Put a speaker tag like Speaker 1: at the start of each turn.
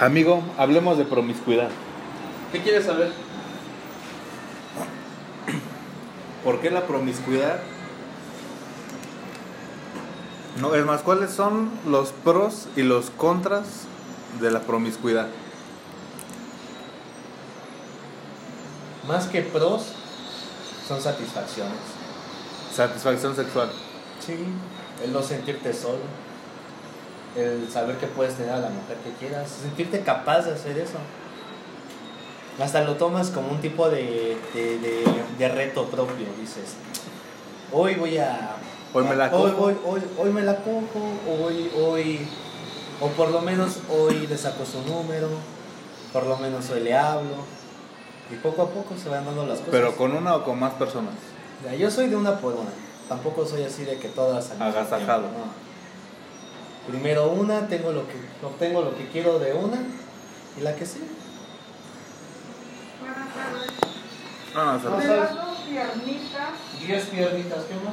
Speaker 1: Amigo, hablemos de promiscuidad.
Speaker 2: ¿Qué quieres saber?
Speaker 1: ¿Por qué la promiscuidad? No, es más, ¿cuáles son los pros y los contras de la promiscuidad?
Speaker 3: Más que pros, son satisfacciones.
Speaker 1: Satisfacción sexual.
Speaker 3: Sí. El no sentirte solo. El saber que puedes tener a la mujer que quieras. Sentirte capaz de hacer eso. Hasta lo tomas como un tipo de, de, de- de reto propio. Dices, hoy voy a...
Speaker 1: Hoy me la
Speaker 3: a-
Speaker 1: cojo".
Speaker 3: Hoy, hoy, hoy me la cojo. Hoy, hoy... O por lo menos hoy le saco su número. Por lo menos hoy le hablo. Y poco a poco se van dando las cosas.
Speaker 1: Pero con una o con más personas.
Speaker 3: Ya, Yo soy de una por una. Tampoco soy así de que todas al mismo
Speaker 1: Agasajado.
Speaker 3: tiempo, no. Primero una, tengo lo que obtengo lo que quiero de una y la que sí.
Speaker 1: No, no,
Speaker 3: No,
Speaker 1: se-
Speaker 3: sabes.
Speaker 1: Ah,
Speaker 4: piernitas.
Speaker 3: Diez piernitas, ¿qué más?